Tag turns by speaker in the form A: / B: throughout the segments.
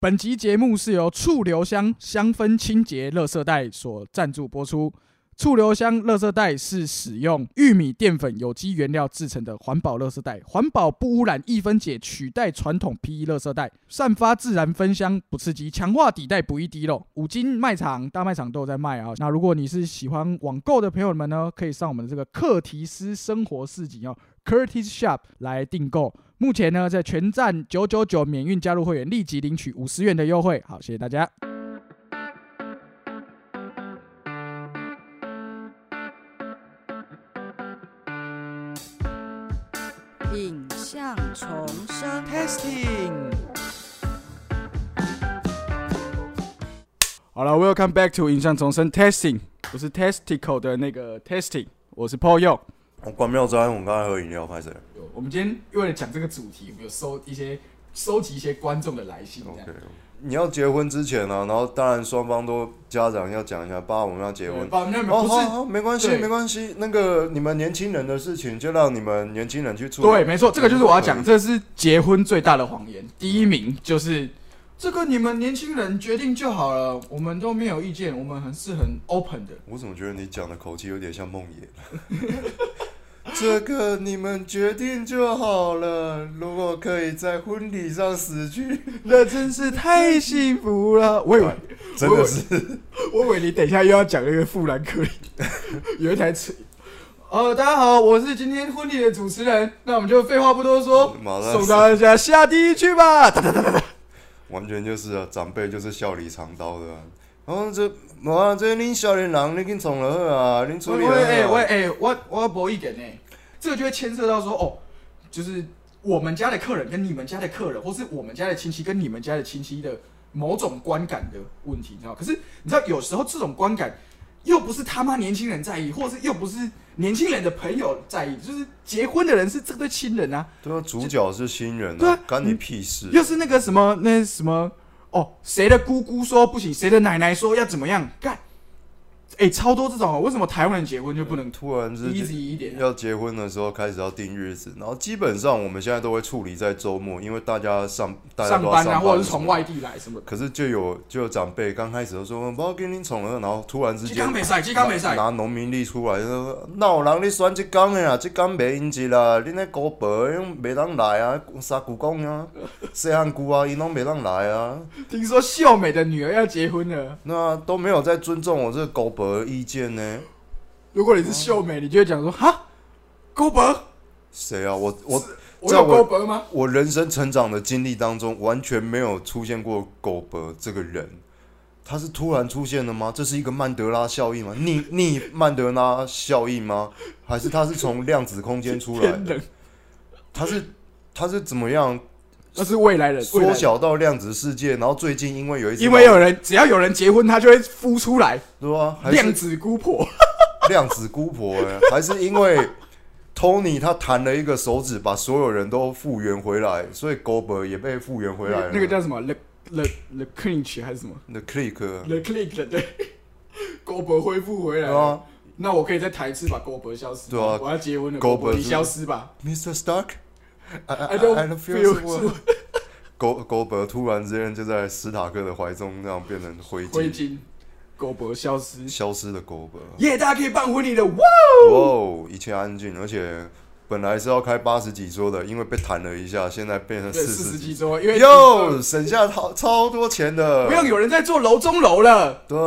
A: 本集节目是由醋留香香氛清洁垃圾袋所赞助播出。醋留香垃圾袋是使用玉米淀粉、有机原料制成的环保垃圾袋，环保不污染易分解，取代传统 PE 垃圾袋，散发自然芬香，不刺激，强化抵赖不易滴漏。五金卖场、大卖场都有在卖啊。那如果你是喜欢网购的朋友们呢，可以上我们的这个课题师生活市集哦 Curtis Shop 来订购。目前呢，在全站九九九免运加入会员，立即领取五十元的优惠。好，谢谢大家。
B: 影像重生，
A: Testing。好了，Welcome back to 影像重生 Testing，我是 Testicle 的那个 Testing，我是 Paul Yo。
C: 我关庙之安，我刚才喝饮料，拍谁
A: 我们今天为了讲这个主题，我们有收一些收集一些观众的来信，这样
C: ？OK。你要结婚之前呢、啊，然后当然双方都家长要讲一下，爸，我们要结婚。
A: 不，那
C: 哦，
A: 不
C: 好
A: 是。
C: 好，没关系，
A: 对
C: 没关系。那个你们年轻人的事情，就让你们年轻人去处理。
A: 对，没错，这个就是我要讲，
C: 对
A: 这是结婚最大的谎言。第一名就是这个，你们年轻人决定就好了，我们都没有意见，我们很是很 open 的。
C: 我怎么觉得你讲的口气有点像梦野？ 这个你们决定就好了。如果可以在婚礼上死去，
A: 那真是太幸福了。我以为，
C: 真的是
A: 我以为你等一下又要讲那个富兰克林， 有一台车。呃，大家好，我是今天婚礼的主持人。那我们就废话不多说，
C: 马上
A: 送大家下第一句吧。哒哒哒哒哒
C: 完全就是啊，长辈就是笑里藏刀的、啊。然后这，哇，这恁少年人，你跟从了好啊，恁处理
A: 喂
C: 了好啊。
A: 喂喂哎，我我博一点呢、这个就会牵涉到说，哦，就是我们家的客人跟你们家的客人，或是我们家的亲戚跟你们家的亲戚的某种观感的问题，你知道吗？可是你知道，有时候这种观感又不是他妈年轻人在意，或是又不是年轻人的朋友在意，就是结婚的人是这对亲人啊，
C: 对啊，主角是新人
A: 对啊
C: 啊，干你屁事！
A: 又是那个什么那什么哦，谁的姑姑说不行，谁的奶奶说要怎么样干。哎、超多这种哦，为什么台湾人结婚就不能
C: 突然之
A: easy
C: 间
A: 一点啊、
C: 要结婚的时候开始要定日子，然后基本上我们现在都会处理在周末，因为大家上大家
A: 上
C: 都要
A: 班
C: 上
A: 啊，
C: 班，
A: 或者是从。外地来什么的。
C: 可是就有就有长辈刚开始都说不要给你宠了，然后突然之
A: 鸡
C: 间
A: 缸没啊晒，鸡缸没晒。
C: 拿农民力出来，就说那有人你选这工的啦，啊这工袂用值啦，恁那古婆用袂当来啊，三舅公啊， 细汉舅啊，因拢袂当来啊。
A: 听说秀美的女儿要结婚了。
C: 那都没有在尊重我这个狗伯的意见呢。
A: 如果你是秀美，你就会讲说哈，勾伯，
C: 谁啊？我我
A: 我
C: 在
A: 有
C: 我
A: 勾伯吗？
C: 我人生成长的经历当中，完全没有出现过狗伯这个人。他是突然出现的吗？这是一个曼德拉效应吗？逆逆曼德拉效应吗？还是他是从量子空间出来
A: 天
C: 的？
A: 冷，
C: 他是他是怎么样
A: 那是未来人。哎未来
C: 缩
A: 人，
C: 小到量子世界？然后最近因为有一只
A: 因为有人只要有人结婚，他就会孵出来
C: 对吧、还
A: 量
C: 是
A: 子姑婆。
C: 量子姑婆哎、还是因为 Tony 他弹了一个手指，把所有人都复原回来，所以 g o b e r 也被复原回来了。
A: 那个叫什么？The The The Clinch 还是什么
C: The Click，
A: ？The Click 的对，勾伯恢复回来
C: 嗯对啊
A: 了。那我可以再抬一次把勾伯消失。
C: 对啊
A: 我要结婚了，
C: 勾
A: 勾
C: 伯
A: 伯
C: 是
A: 你消失吧。
C: ，Mr. Stark。I
A: I don't feel so-
C: Go g o b e r 突然之间就在史塔克的怀中，这样变成灰烬，
A: 灰烬，勾伯消失。
C: 消失的 g o b e r
A: 耶，大家可以办婚礼了，哇！
C: 哇哦，一切安静，而且本来是要开八十几桌的，因为被弹了一下，现在变成
A: 对，
C: 四
A: 四
C: 十
A: 十
C: 几
A: 几桌，因为
C: 哟，省下超超多钱的。
A: 不用有人在做楼中楼了。
C: 对，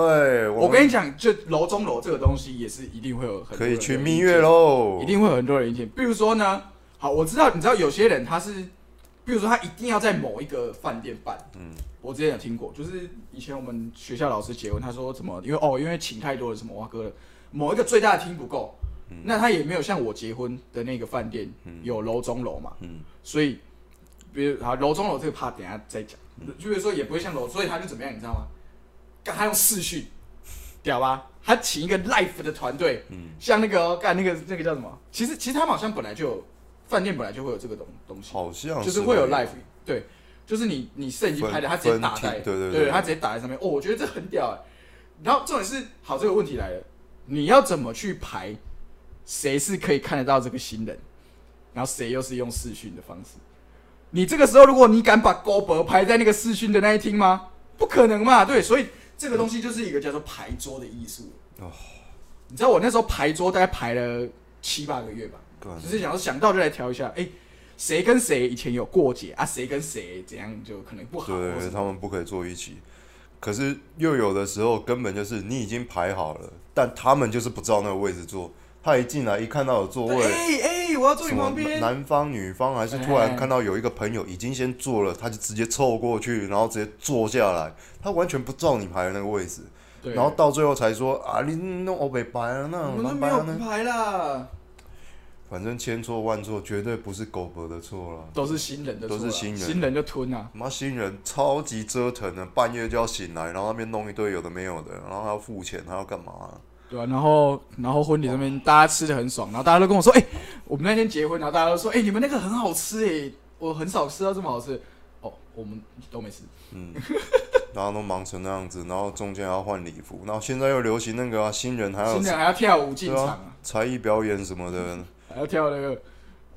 A: 我
C: 我
A: 跟
C: 们
A: 你讲，就楼中楼这个东西也是一定会有很多
C: 可
A: 人
C: 以
A: 的
C: 去
A: 意
C: 蜜
A: 见
C: 月，喽，
A: 一定会有很多人意见。比如说呢，好，我知道，你知道有些人他是，比如说他一定要在某一个饭店办，嗯，我之前有听过，就是以前我们学校老师结婚，他说什么，因为哦，因为请太多了，什么哇哥了，某一个最大的厅不够，
C: 嗯
A: 那他也没有像我结婚的那个饭店有楼中楼嘛，
C: 嗯
A: 所以，比如好楼中楼这个怕等一下再讲，就比如说也不会像楼，所以他就怎么样，你知道吗？干他用视讯，屌吧？他请一个 life 的团队，像那个哦干、那个那个叫什么？其实其实他们好像本来就有饭店本来就会有这个东东西，
C: 好像
A: 就是是会有
C: 吧
A: live，对，就是你你摄影机
C: 分
A: 拍的，他直接打
C: 分
A: 在，
C: 体对对对
A: 对，他直接打在上面。哦，我觉得这很屌哎、然后重点是，好，这个问题来了，你要怎么去排？谁是可以看得到这个新人？然后谁又是用视讯的方式？你这个时候，如果你敢把 g o b e r 排在那个视讯的那一厅吗？不可能嘛，对，所以这个东西就是一个叫做排桌的艺术。
C: 哦
A: 你知道我那时候排桌大概排了七八个月吧，
C: 干
A: 只是想要想到就来调一下，哎、谁跟谁以前有过节啊，谁跟谁怎样就可能不好，或
C: 对
A: 是
C: 他们不可以坐一起。可是又有的时候根本就是你已经排好了，但他们就是不照那个位置坐。他一进来一看到有座
A: 对
C: 位，
A: 哎哎、我要坐
C: 什
A: 你
C: 么
A: 旁边，
C: 男方女方，还是突
A: 哎
C: 然看到有一个朋友已经先坐了，他就直接凑过去，然后直接坐下来，他完全不照你排的那个位置，
A: 对，
C: 然后到最后才说啊，你弄欧北白啊，那
A: 我们都
C: 蛮
A: 没
C: 白
A: 有
C: 啊呢。
A: 排啦，
C: 反正千错万错，绝对不是狗伯的错了。
A: 都是新人的错啦，
C: 都是新人
A: 新人就吞啊，
C: 妈新人超级折腾的，半夜就要醒来，然后那边弄一堆有的没有的，然后还要付钱，还要干嘛、
A: 对啊，然后然后婚礼这边大家吃的很爽，然后大家都跟我说，哎、我们那天结婚，然后大家都说，哎、你们那个很好吃哎、我很少吃到这么好吃。哦，我们都没吃，
C: 嗯，大家都忙成那样子，然后中间还要换礼服，然后现在又流行那个、啊、新人还要
A: 新人还要跳舞进
C: 对
A: 场、
C: 啊
A: 啊，
C: 才艺表演什么的，
A: 还要跳那个，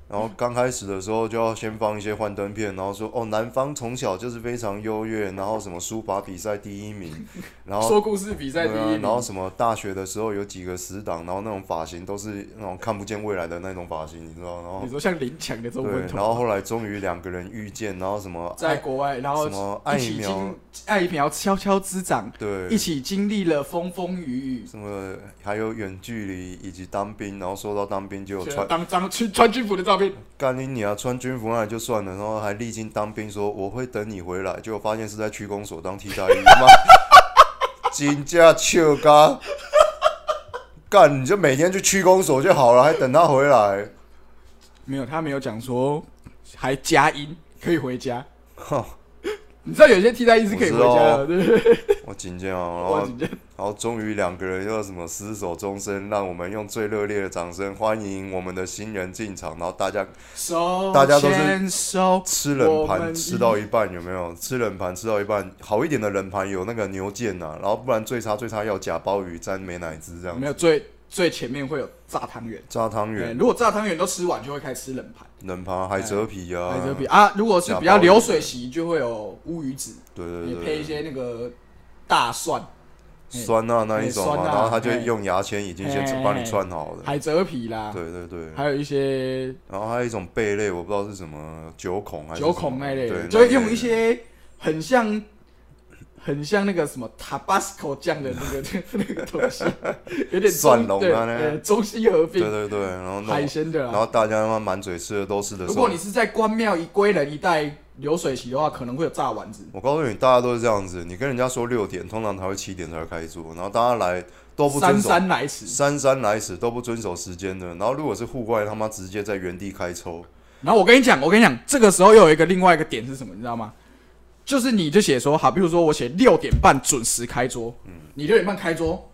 C: 然后刚开始的时候就要先放一些幻灯片，然后说哦，男方从小就是非常优越，然后什么书法比赛第一名， 然后
A: 说故事比赛第
C: 对啊
A: 一名，
C: 然后什么大学的时候有几个死党，然后那种发型都是那种看不见未来的那种发型，你知道？然后
A: 你说像林强的中
C: 对
A: 文，
C: 然后后来终于两个人遇见，然后什么
A: 在
C: 爱
A: 国外，然后
C: 什么
A: 一
C: 爱
A: 起
C: 苗
A: 经爱苗悄悄滋长，一
C: 对，
A: 起经历了风风雨雨，
C: 什么还有远距离以及当兵，然后说到当兵就有
A: 觉得
C: 穿
A: 当当去穿军服的照片，
C: 干你你啊穿军服那也就算了，然后还历经当兵说我会等你回来，结果发现是在区公所当替代役，妈， 金价笑嘎，干你就每天去区公所就好了，还等他回来。
A: 没有，他没有讲说还加音可以回家。 你知道有些替代役是可以回家的，
C: 我
A: 对不对？
C: 我紧张啊，然后
A: 我直接
C: 然后终于两个人又什么厮守终身，让我们用最热烈的掌声欢迎我们的新人进场，然后大家
A: 手
C: 大家都是
A: 牵手，
C: 吃
A: 我
C: 冷
A: 们
C: 盘吃到
A: 一
C: 一半有没有？吃冷盘吃到一半，好一点的冷盘有那个牛腱呐、然后不然最差最差要假鲍鱼沾美乃滋这样
A: 没
C: 子。
A: 有哎最最前面会有炸汤圆。
C: 炸汤
A: 对，
C: 圆、
A: 如果炸汤圆都吃完，就会开始吃冷盘。
C: 冷盘、海蜇皮啊，
A: 来这比啊，如果是比较
C: 假鲍鱼
A: 流水席，就会有乌鱼子，
C: 对对
A: 也
C: 对
A: 配一
C: 对，
A: 些那个大蒜、
C: 酸辣那一种嘛，
A: 哎酸辣
C: 然后他就
A: 哎
C: 用牙签已经
A: 哎
C: 先帮你串好了。
A: 海蜇皮啦，
C: 对对对，
A: 还有一些
C: 然后还有一种贝类，我不知道是什么九孔还是
A: 九孔那类
C: 什么
A: 的，
C: 啊对，
A: 就会
C: 那
A: 用
C: 类
A: 一
C: 的
A: 些很像、很像那个什么 Tabasco 酱的那个 那个东西，有点中
C: 蒜蓉啊
A: 对
C: 那个
A: 呃中西合
C: 对
A: 并
C: 对对，然后弄
A: 海鲜的
C: 然
A: 啦。
C: 后大家他妈满嘴吃的都是的
A: 如
C: 时候，
A: 果你是在关庙一归人一带流水席的话，可能会有炸丸子。
C: 我告诉你，大家都是这样子，你跟人家说六点，通常他会七点才会开桌，然后大家来都不遵
A: 姗
C: 守，
A: 姗来迟，
C: 姗姗来迟都不遵守时间的，然后如果是户外，他妈直接在原地开抽，
A: 然后我跟你讲，我跟你讲，这个时候又有一个另外一个点是什么，你知道吗？就是你就写说，好，比如说我写六点半准时开桌，
C: 嗯
A: 你六点半开桌，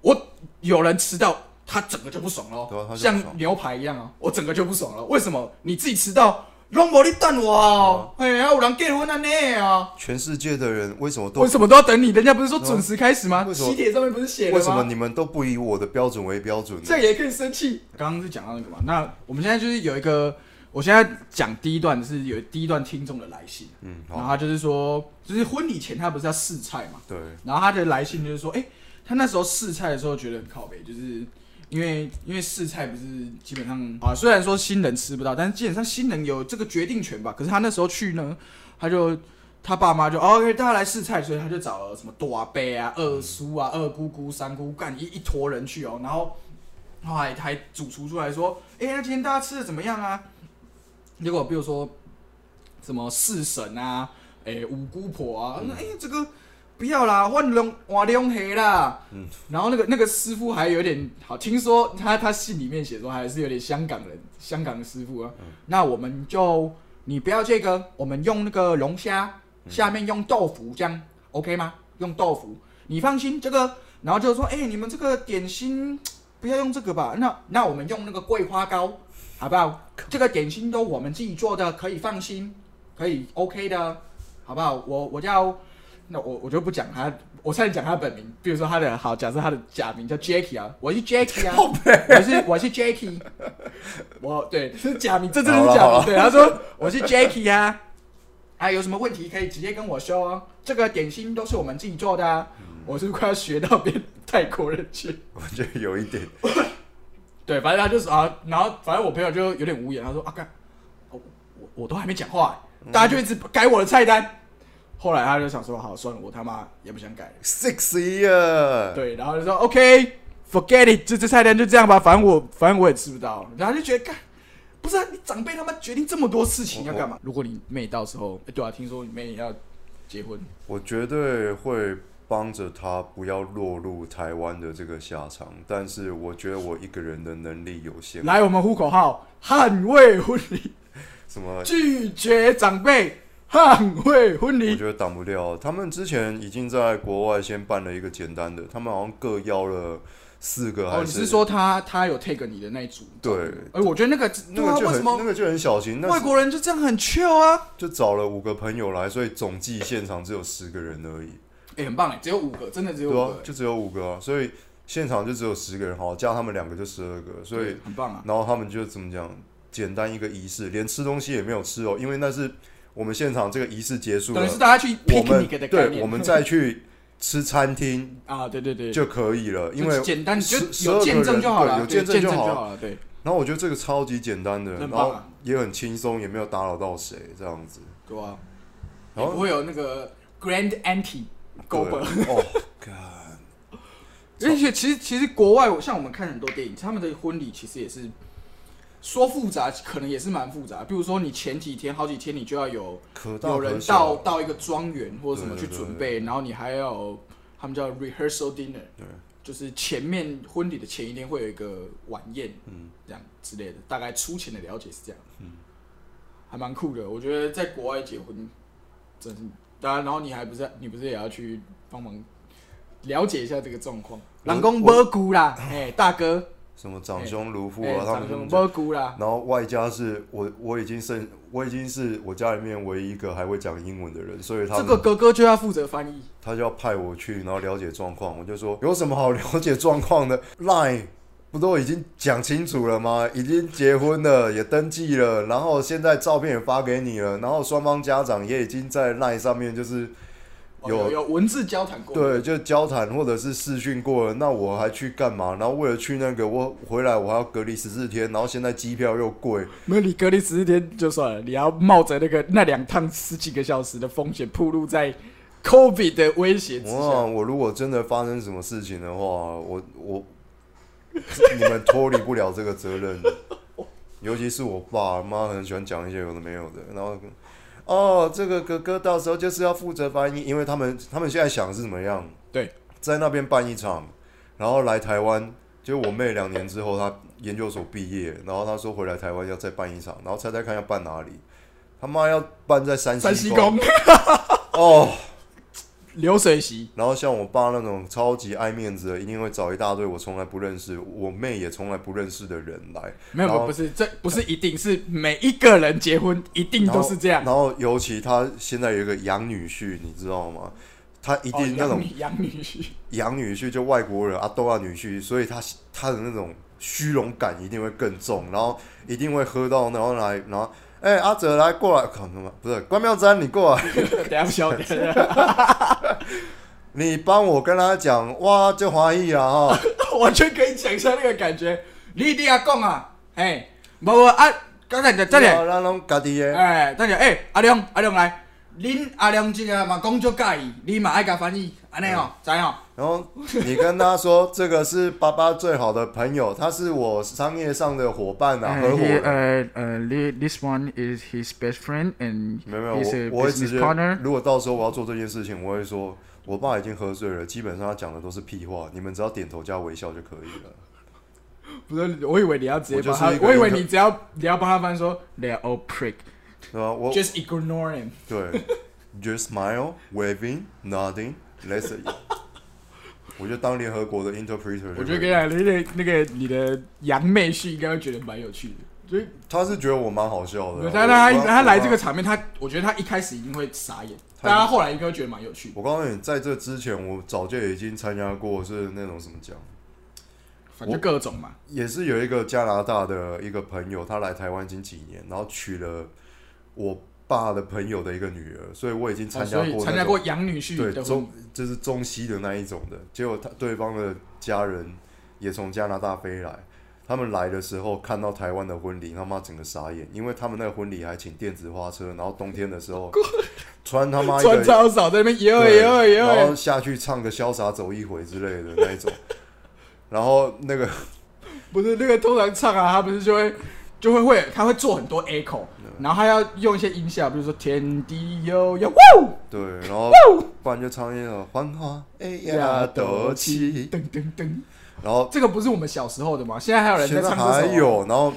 A: 我有人迟到，他整个就不爽
C: 对啊
A: 了，
C: 他就不
A: 像
C: 爽
A: 牛排一样啊，我整个就不爽了。为什么？你自己迟到，拢无你等我哦，哎
C: 啊
A: 呀，有人结婚了呢啊，
C: 全世界的人为什么都
A: 为什么都要等你？人家不是说准时开始吗？
C: 为什么
A: 喜帖上面不是写
C: 为
A: 了
C: 什么
A: 吗？
C: 你们都不以我的标准为标准呢？
A: 这样也可以生气。刚刚是讲到那个嘛，那我们现在就是有一个，我现在讲第一段是有第一段听众的来信。
C: 嗯，
A: 然后
C: 好，
A: 他就是说，就是婚礼前他不是要试菜嘛，
C: 对，
A: 然后他的来信就是说，哎、他那时候试菜的时候觉得很靠北，就是因为因为试菜不是基本上啊，虽然说新人吃不到，但是基本上新人有这个决定权吧。可是他那时候去呢，他就他爸妈就、哦、OK，大家来试菜，所以他就找了什么大伯啊、二叔啊、二姑姑、三姑干一一坨人去哦，然后然后还还主厨出来说，哎、那今天大家吃的怎么样啊？结果比如说什么四婶啊，哎、五姑婆啊，那哎、这个不要啦，换龙换龙黑啦。
C: 嗯
A: 然后那个那个师傅还有点好，听说他他信里面写说还是有点香港人，香港的师傅啊。那我们就你不要这个，我们用那个龙虾，下面用豆腐这样 OK 吗？用豆腐，你放心这个。然后就说，哎、你们这个点心不要用这个吧，那那我们用那个桂花糕。好不好？这个点心都我们自己做的，可以放心，可以 OK 的，好不好？我我叫，那我我就不讲他，我差点讲他本名，比如说他的好，假设他的假名叫 Jacky 啊，我是 Jacky 啊，我是我是 Jacky，我对是假名，这真
C: 好
A: 的
C: 了
A: 是假名。
C: 好了
A: 对，他说我是 Jacky 啊，啊有什么问题可以直接跟我说哦。这个点心都是我们自己做的啊，我是快要学到变泰国人去。
C: 我觉得有一点，
A: 对，反正他就说啊，然后反正我朋友就有点无言，他说啊干，我我我都还没讲话，欸大家就一直改我的菜单。后来他就想说，好算了，我他妈也不想改了。
C: sexy 啊！
A: 对，然后就说 OK，forget、it，这这菜单就这样吧，反正我反正我也吃不到，然后就觉得干。不是啊，你长辈他妈决定这么多事情要干嘛？如果你妹到时候，哎对啊，听说你妹也要结婚，
C: 我绝对会帮着他不要落入台湾的这个下场，但是我觉得我一个人的能力有限，
A: 来我们呼口号，捍卫婚礼，
C: 什么
A: 拒绝长辈，捍卫婚
C: 我
A: 礼。
C: 觉得挡不了。他们之前已经在国外先办了一个简单的，他们好像各要了四个
A: 哦，
C: 还
A: 你
C: 是、
A: 是说他他有 take 你的那一组？
C: 对
A: 哎，我觉得那个
C: 那
A: 对啊
C: 个就
A: 为什
C: 很那
A: 么
C: 个就很小心，那
A: 外国人就这样很 chill 啊？
C: 就找了五个朋友来，所以总计现场只有十个人而已，
A: 哎，很棒哎，只有五个，真的只有
C: 对
A: 五
C: 啊
A: 个，哎，
C: 就只有五个啊，所以现场就只有十个人，好加他们两个就十二个，所以
A: 对很棒啊。
C: 然后他们就怎么讲，简单一个仪式，连吃东西也没有吃哦，因为那是我们现场这个仪式结束
A: 等
C: 了
A: 于，是大家去
C: 我们
A: picnic 的概
C: 对，
A: 念，
C: 我们再去吃餐厅
A: 啊，对对对，
C: 就可以了，因为
A: 就简单，你就
C: 十十二
A: 有
C: 个
A: 见证
C: 人
A: 就好
C: 对
A: 了，
C: 有
A: 对
C: 见证
A: 就
C: 就好
A: 好了，对，
C: 然后我觉得这个超级简单的，
A: 很
C: 然
A: 棒
C: 后
A: 啊
C: 也很轻松，也没有打扰到谁这样子。
A: 对啊，也
C: 然
A: 不
C: 后
A: 会有那个 grand anti
C: 对
A: 狗本。
C: 哦，干，
A: 而且其实其实国外像我们看很多电影，他们的婚礼其实也是说复杂，可能也是蛮复杂。比如说你前几天、好几天，你就要有
C: 可大
A: 有
C: 可
A: 人到
C: 小
A: 到一个庄园或者什么
C: 对
A: 去
C: 对
A: 准
C: 对
A: 备，然后你还要有他们叫 rehearsal dinner，
C: 对
A: 就是前面婚礼的前一天会有一个晚宴，
C: 嗯，
A: 这样之类的，大概粗浅的了解是这样，嗯，还蛮酷的。我觉得在国外结婚，真是当然，然后你还不是你不是也要去帮忙了解一下这个状况？
C: 我
A: 老公无辜啦，哎、大 哥，
C: 什么长兄如父
A: 哎、
C: 啊，他
A: 长
C: 们
A: 兄
C: 这么讲
A: 无辜啦，
C: 然后外加是我我已经剩我已经是我家里面唯一一个还会讲英文的人，所以他
A: 这
C: 们
A: 个哥哥就要负责翻译。
C: 他就要派我去，然后了解状况。我就说有什么好了解状况的？Line 不都已经讲清楚了吗？已经结婚了，也登记了，然后现在照片也发给你了，然后双方家长也已经在 Line 上面就是
A: 哦
C: 有
A: 有有文字交谈过，
C: 对就交谈或者是视讯过了。那我还去干嘛？然后为了去那个，我回来我还要隔离十四天，然后现在机票又贵，
A: 没有你隔离十四天就算了，你要冒着那个那两趟十几个小时的风险，暴露在 COVID 的威胁之
C: 哇！
A: 下。
C: 我如果真的发生什么事情的话，我我你们脱离不了这个责任，尤其是我爸妈很喜欢讲一些有的没有的，然后哦，这个哥哥到时候就是要负责翻译，因为他们他们现在想的是怎么样？
A: 对，
C: 在那边办一场，然后来台湾。就我妹两年之后，她研究所毕业，然后她说回来台湾要再办一场，然后猜猜看要办哪里？他妈要办在山
A: 山
C: 西
A: 西
C: 宫
A: 宫
C: 哦，
A: 流水席，
C: 然后像我爸那种超级爱面子的，一定会找一大堆我从来不认识、我妹也从来不认识的人来。
A: 没有，
C: 然后
A: 不不是，这不是一定是每一个人结婚一定
C: 然后
A: 都是这样。哦
C: 然后尤其他现在有一个养女婿，你知道吗？他一定那种
A: 哦养女 养女
C: 养女婿就外国人啊，都啊女婿，所以他他的那种虚荣感一定会更重，然后一定会喝到，然后来，然后哎、阿哲来过来，靠他妈不是关妙珍，你过来。
A: 等一 下不晓得，
C: 你帮我跟他讲，哇，就华裔啊 哈，
A: 完全可以想象那个感觉。你一定要讲啊，哎，无无啊，刚才你这
C: 对啊
A: 里，
C: 咱拢家己的，
A: 哎，这里，哎，阿亮阿亮来，恁阿亮这个嘛讲足介意，你嘛爱甲翻译，安尼
C: 嗯
A: 哦，知哦。
C: 然后你跟他说这个是爸爸最好的朋友，他是我商业上的伙伴啊，合伙人。
A: 呃呃，this one is his best friend and
C: 没有没有，我我会直接，如果到时候我要做这件事情，我会说，我爸已经喝醉了，基本上他讲的都是屁话，你们只要点头加微笑就可以了。
A: 不是，我以为你要直接
C: 我就
A: 帮
C: 是
A: 他
C: 一，个
A: 我以为
C: 一个
A: 你只要你要帮他翻说 they're all prick。
C: 对吧？我
A: Just ignore him。
C: 对，just smile, waving, nodding, let's。我就当联合国的 interpreter 就可以了。
A: 我觉得跟你讲，那个那个你的杨妹婿应该会觉得蛮有趣的。就是
C: 他是觉得我蛮好笑的啊。
A: 他
C: 我
A: 他
C: 我
A: 他来
C: 我
A: 这个场面，他我觉得他一开始一定会傻眼，
C: 他
A: 但他后来应该会觉得蛮有趣的。
C: 我告诉你，在这之前，我早就已经参加过是那种什么奖，
A: 反正就各种嘛。
C: 也是有一个加拿大的一个朋友，他来台湾已经几年，然后娶了我爸的朋友的一个女儿，所以我已经参
A: 哦
C: 加
A: 所以
C: 过
A: 参
C: 那
A: 加
C: 种
A: 过养女婿
C: 对
A: 的婚
C: 中就是中西的那一种的，结果他对方的家人也从加拿大飞来，他们来的时候看到台湾的婚礼，他妈整个傻眼，因为他们那个婚礼还请电子花车，然后冬天的时 候穿他妈一
A: 穿
C: 个
A: 超少在那边耶
C: 对
A: 耶耶耶
C: 然后
A: 耶，
C: 下去唱个潇洒走一回之类的那一种，然后那个
A: 不是那个通常唱啊，他不是就会就会会他会做很多 echo，然后他要用一些音效，比如说天地悠悠，哇，
C: 对，然后不然就唱一首《繁花》，哎呀多起，
A: 噔噔噔，
C: 然后
A: 这个不是我们小时候的吗？现在还有人
C: 现
A: 在
C: 在
A: 唱这首啊
C: 还，有，然后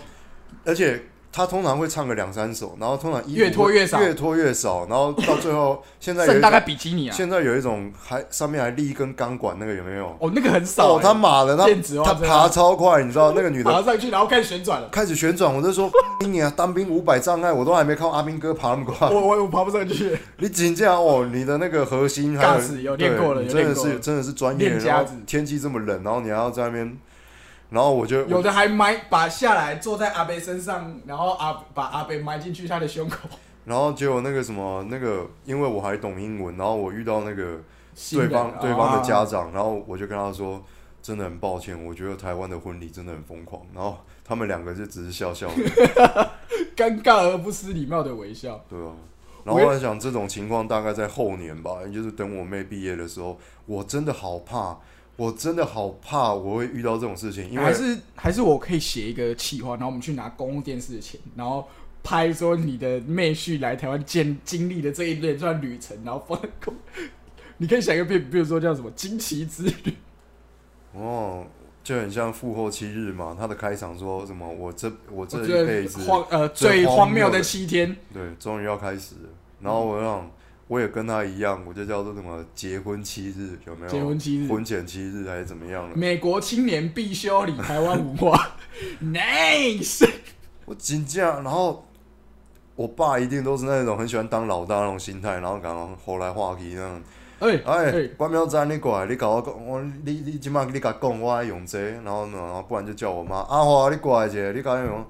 C: 而且他通常会唱个两三首，然后通常一
A: 越拖越少
C: 越拖越少，然后到最后现在有
A: 剩
C: 一
A: 大
C: 种
A: 概比基尼啊，
C: 现在有一种还上面还立一根钢管，那个有没有？
A: 哦，那个很少
C: 哦，
A: 欸，
C: 他妈的，他
A: 电子化
C: 他
A: 真的
C: 爬超快，你知道那个 女
A: 爬
C: 的
A: 啊上去然后开始旋转了。
C: 开始旋转，我就说你啊，当兵五百障碍，我都还没看阿兵哥爬那么快。
A: 我我我爬不上去，
C: 你紧这样哦，你的那个核心还
A: 尬死有
C: 对
A: 练过了
C: 你
A: 有
C: 真的
A: 练过
C: 是
A: 了
C: 真的是专业。
A: 练家
C: 然后
A: 子
C: 天气这么冷，然后你还要在那边，然后我就
A: 有的还埋把下来坐在阿贝身上，然后阿把阿贝埋进去他的胸口。
C: 然后结果那个什么那个，因为我还懂英文，然后我遇到那个
A: 新
C: 对
A: 人
C: 方对方的家
A: 啊
C: 长，然后我就跟他说，真的很抱歉，我觉得台湾的婚礼真的很疯狂。然后他们两个就只是 笑笑，
A: 尴尬而不失礼貌的微笑。
C: 对啊。然后我在想，这种情况大概在后年吧，也就是等我妹毕业的时候，我真的好怕，我真的好怕我会遇到这种事情，因为
A: 还是还是我可以写一个企划，然后我们去拿公共电视的钱，然后拍说你的妹婿来台湾见经历的这一连串旅程，然后放在公。 你可以想一个比，比如说叫什么“惊奇之旅
C: 哦，就很像《复后七日》嘛，他的开场说什么？我这我”，这
A: 我
C: 一
A: 觉
C: 辈
A: 得
C: 子，
A: 荒呃
C: 最
A: 最
C: 荒
A: 荒谬
C: 谬
A: 的
C: 的
A: 七天，
C: 对，终于要开始了。然后我让我也跟他一样，我就叫做什么结婚七日，有没有？
A: 结婚七日
C: 婚前七日还是怎么样了？
A: 美国青年必修理台湾文化 ，nice。
C: 我紧张，然后我爸一定都是那种很喜欢当老大那种心态，然后讲后来话题那样。
A: 哎
C: 哎、
A: 哎，
C: 关苗仔，你过来，你甲我讲，我你你即摆你甲讲，我爱用这个然后呢，然后不然就叫我妈阿华，你过来一下，你甲用。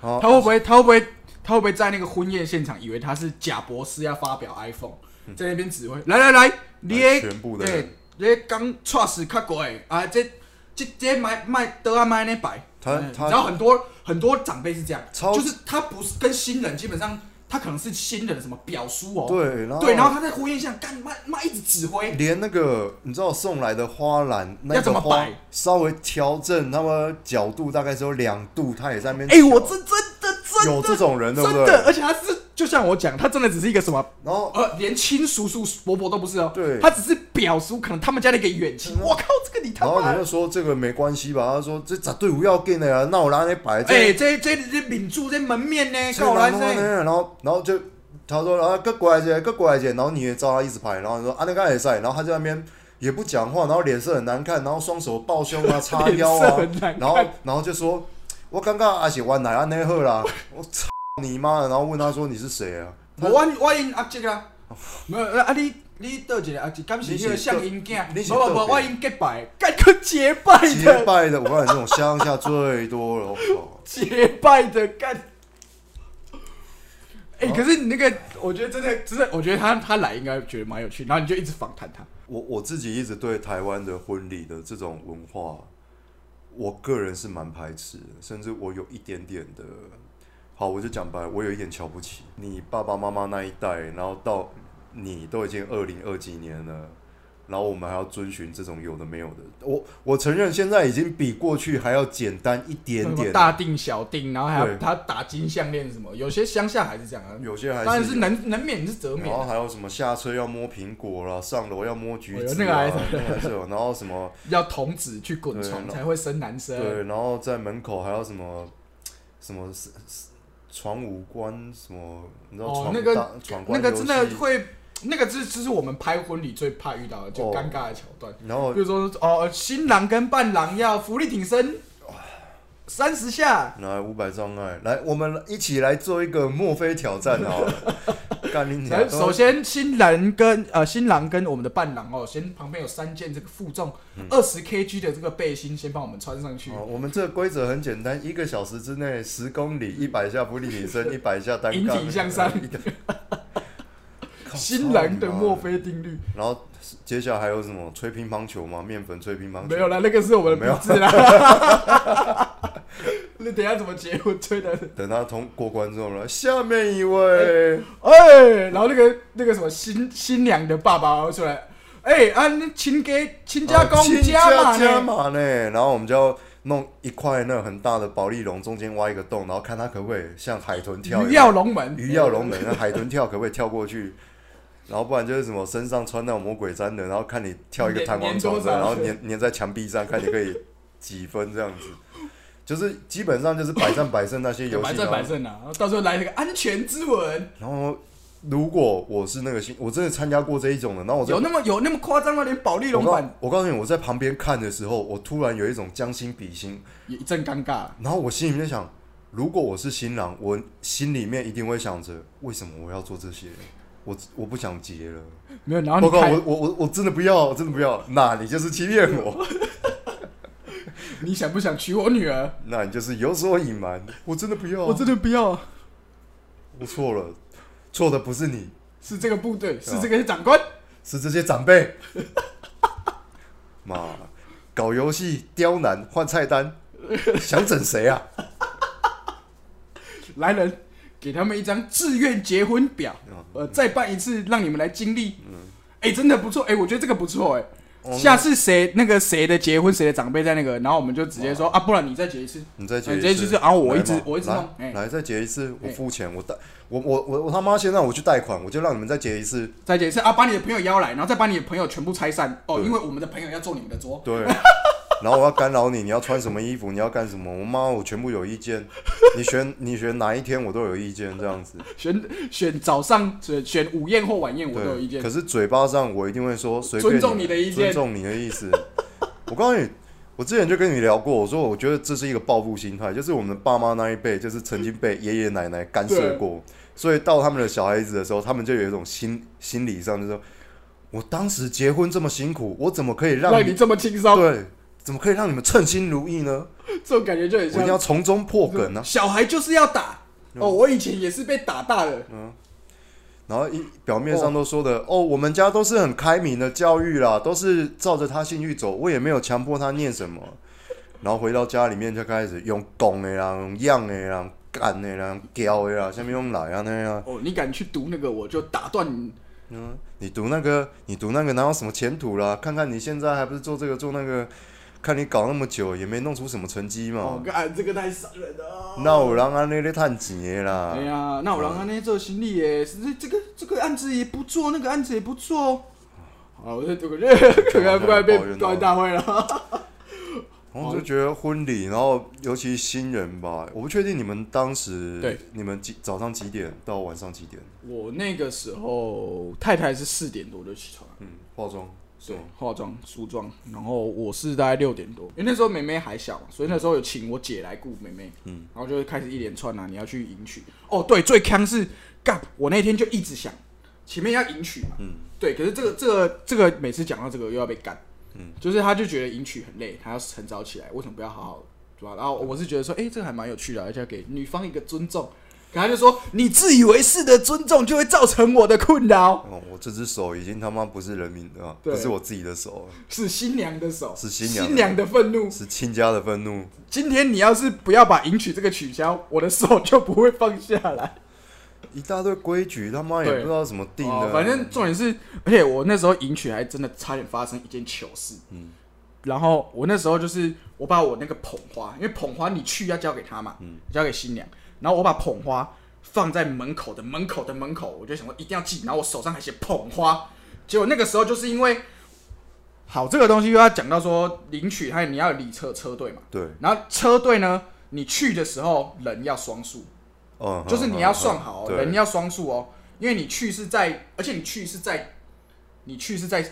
C: 好
A: 哦他会不会？他会不会？他会不会在那个婚宴现场以为他是贾博士要发表 iPhone，在那边指挥？来来来，你的
C: 嗯全部的人
A: 对，你的刚 trust 较过的啊，这这这买卖都要买那摆。
C: 他
A: 嗯
C: 他
A: 你知道很多很多长辈是这样，
C: 超
A: 就是他不是跟新人，基本上他可能是新人的什么表叔哦，
C: 对，然后
A: 对，然后他在婚宴上干妈妈一直指挥，
C: 连那个你知道送来的花篮，那
A: 要怎
C: 个
A: 么
C: 花
A: 摆
C: 稍微调正，他们角度大概只有两度，他也在那边
A: 哎，
C: 调。
A: 我真真的真
C: 有
A: 的
C: 这种人对不
A: 真
C: 对？
A: 的，哎而且他是就像我讲，他真的只是一个什么
C: 然后
A: 呃，连亲叔叔、伯伯都不是哦，
C: 对嗯
A: 他只是表叔，可能他们家的一个远亲。我靠，这个你他
C: 然后
A: 妈
C: 你就
A: 的！
C: 说这个没关系吧？他说这绝对不要紧的啊，那我拿来摆这。
A: 哎，这这这领住这门面呢，
C: 这
A: 告
C: 男
A: 来
C: 的
A: 这，
C: 然后然后就他说啊，各过来姐，各过来姐，然后你也照他一直排，然后你说啊那个也在，然后他就在那边也不讲话，然后脸色很难看，然后双手抱胸 啊，叉腰
A: 脸色
C: 啊
A: 很难，看
C: 然后然后就说，我刚刚阿姐玩奶安内赫啦，我操你妈的！然后问他说你是谁啊？
A: 我我我因阿叔啊，没有啊你。你倒一个阿叔，敢是
C: 你
A: 迄
C: 是
A: 个像因囝？
C: 你是
A: 无无
C: 倒
A: 无，
C: 谁
A: 我因结拜，干个结拜
C: 结
A: 的，
C: 拜的，我告诉你，这种乡下最多了。我靠
A: 结拜的干。哎，可是你那个，我觉得真的，真的，我觉得他他来应该觉得蛮有趣，然后你就一直访谈他。
C: 我我自己一直对台湾的婚礼的这种文化，我个人是蛮排斥的，甚至我有一点点的，好，我就讲白了，我有一点瞧不起你爸爸妈妈那一代，然后到你都已经二零二几年了。然后我们还要遵循这种有的没有的，我我承认现在已经比过去还要简单一点
A: 什么
C: 点，
A: 大定小定，然后还
C: 对
A: 要他打金项链什么，有些乡下还是这样啊。
C: 有些还
A: 当然
C: 是
A: 是
C: 有
A: 能能免是则免啊
C: 然后，还有什么下车要摸苹果啦，上楼要摸橘子、啊，
A: 哎呦那个还是
C: 那个还是有。然后什么
A: 要童子去滚床
C: 对
A: 才会生男生。啊
C: 对，然后在门口还有什么什么是是闯五关什么，你知道
A: 哦
C: 闯、
A: 那个
C: 大闯
A: 那
C: 关
A: 个
C: 游
A: 真的
C: 戏，
A: 会，那个这这是我们拍婚礼最怕遇到的，就
C: 哦
A: 尴尬的桥段。
C: 然后
A: 比如说哦，新郎跟伴郎要福利挺身三十下，
C: 来五百障碍，来我们一起来做一个墨菲挑战好了，干你娘
A: 来！首先，新人跟呃新郎跟我们的伴郎哦，先旁边有三件这个负重二十 kg 的这个背心，先帮我们穿上去。
C: 嗯哦，我们这个规则很简单，一个小时之内十公里，一百下不立体 声，一百下单
A: 引
C: 杠，
A: 体向 上
C: 靠
A: 新郎的
C: 操你妈
A: 墨菲定律
C: 然后接下来还有什么吹乒乓球吗？面粉吹乒乓球？
A: 没有啦，那个是我们的
C: 没有
A: 名字啦。 那等一下怎么结婚吹的？
C: 等他通过关之后呢，下面一位，啊
A: 哎，然后那个那个什么新新娘的爸爸出来，哎啊，你亲给亲家公
C: 哦亲
A: 加
C: 家
A: 嘛
C: 加
A: 呢？
C: 码呢，然后我们就要弄一块那很大的保丽龙，中间挖一个洞，然后看他可不可以像海豚跳一
A: 鱼
C: 样
A: 跃，龙门，
C: 鱼跃龙门，那海豚跳可不可以跳过去？然后不然就是什么身上穿那种魔鬼毡的，然后看你跳一个
A: 粘
C: 弹簧床
A: 粘多
C: 的，
A: 少
C: 然后粘粘在墙壁上，看你可以几分这样子。就是基本上就是百战百胜那些游戏
A: 白
C: 啊，
A: 正白正啊，然后到时候来那个安全之吻，
C: 然后如果我是那个新，我真的参加过这一种的，然后我在
A: 有那么有那么夸张吗？连保利
C: 我
A: 龙
C: 告
A: 板
C: 我告诉你，我在旁边看的时候，我突然有一种将心比心，
A: 也一阵尴尬。
C: 然后我心里面想，如果我是新郎，我心里面一定会想着，为什么我要做这些？我我不想结了，
A: 没有，然后
C: 报
A: 啊你
C: 告我
A: 看，
C: 我我我真的不要，我真的不要，那你就是欺骗我，
A: 你想不想娶我女儿？
C: 那你就是有所隐瞒，我真的不要，
A: 我真的不要，
C: 我错了，错的不是你，
A: 是这个部队，
C: 啊
A: 是这个长官。
C: 是这些长辈。 妈，搞游戏刁难换菜单，想整谁啊？
A: 来人，给他们一张自愿结婚表
C: 嗯，
A: 呃，再办一次，让你们来经历。哎、真的不错，哎、我觉得这个不错，哎，
C: 哦
A: 下次谁那个谁的结婚，谁的长辈在那个，然后我们就直接说啊，不然你再结一次，
C: 你再结
A: 啊你再
C: 一
A: 去
C: 次，
A: 吃然后我
C: 来
A: 一直
C: 嘛
A: 我一直
C: 来
A: 弄哎
C: 来再结一次，我
A: 哎
C: 付钱，我贷，我我我我他妈现在我去贷款，我就让你们再结 一次。
A: 再结一次啊，把你的朋友邀来，然后再把你的朋友全部拆散哦，
C: 对
A: 因为我们的朋友要做你们的桌，
C: 对，然后我要干扰你，你要穿什么衣服，你要干什么，我妈我全部有意见。你选你选哪一天我都有意见，这样子。
A: 选选早上选选午宴或晚宴，我都有意见
C: 可。是嘴巴上我一定会说随便
A: 尊重你的意见
C: 尊重你的意思。 我告诉你，我之前就跟你聊过，我说我觉得这是一个报复心态，就是我们的爸妈那一辈，就是曾经被爷爷奶奶干涉过，所以到他们的小孩子的时候，他们就有一种心心理上就是说，我当时结婚这么辛苦，我怎么可以让
A: 让你这么轻松，
C: 对？怎么可以让你们称心如意呢？
A: 这种感觉就很
C: 我一定
A: 像
C: 要从中破梗啊！嗯
A: 小孩就是要打。哦，我以前也是被打大的，
C: 然后一表面上都说的哦我们家都是很开明的教育啦，都是照着他兴趣走，我也没有强迫他念什么。然后回到家里面就开始用拱的啦，用样的啦，干的啦，屌的啦，下面用来啊那样。
A: 哦，你敢去读那个，我就打断你。
C: 嗯，你读那个，你读那个哪有什么前途啦？看看你现在还不是做这个做那个，看你搞那么久也没弄出什么成绩
A: 哦
C: 嘛，。
A: 干，这个太伤人了。
C: 那有人安尼咧探钱的啦
A: 哎？呀，那我让他那做行李耶，是这这个这个案子也不做，那个案子也不做。好，我这我觉得 可能不该被高大会了。
C: 然
A: 哦
C: 后我就觉得婚礼，然后尤其新人吧，我不确定你们当时，
A: 对，
C: 你们几早上几点到晚上几点？
A: 我那个时候太太是四点多就起床，
C: 嗯，化妆是
A: 对
C: 吗？，
A: 化妆梳妆，然后我是大概六点多，因为那时候妹妹还小嘛，所以那时候有请我姐来顾妹妹，
C: 嗯，
A: 然后就开始一连串啊，你要去迎娶。哦，对，最坑是干，我那天就一直想前面要迎娶嘛，
C: 嗯，
A: 对，可是这个这个这个每次讲到这个又要被干，
C: 嗯，
A: 就是他就觉得迎娶很累，他要很早起来，为什么不要好好对吧？然后我是觉得说，哎、这个还蛮有趣的，而且要给女方一个尊重。可他就说，你自以为是的尊重就会造成我的困扰，
C: 哦，我这只手已经他妈不是人民的、啊，
A: 对
C: 不是我自己的手，
A: 是新娘的手，
C: 是新娘的
A: 的愤怒。
C: 是亲家的愤怒。
A: 今天你要是不要把迎娶这个取消，我的手就不会放下来。
C: 一大堆规矩，他妈也
A: 对
C: 不知道怎么定的、
A: 哦反正重点是，而且我那时候迎娶还真的差点发生一件糗事。
C: 嗯
A: 然后我那时候就是我把我那个捧花，因为捧花你去要交给他嘛，
C: 嗯
A: 交给新娘，然后我把捧花放在门口的门口的门口，我就想说一定要记，然后我手上还写捧花，结果那个时候就是因为。好，这个东西又要讲到说领取，还有你要有礼车车队嘛，
C: 对，
A: 然后车队呢，你去的时候人要双数，
C: 嗯，
A: 就是你要算好、哦，
C: 对
A: 人要双数哦，因为你去是在，而且你去是在，你去是在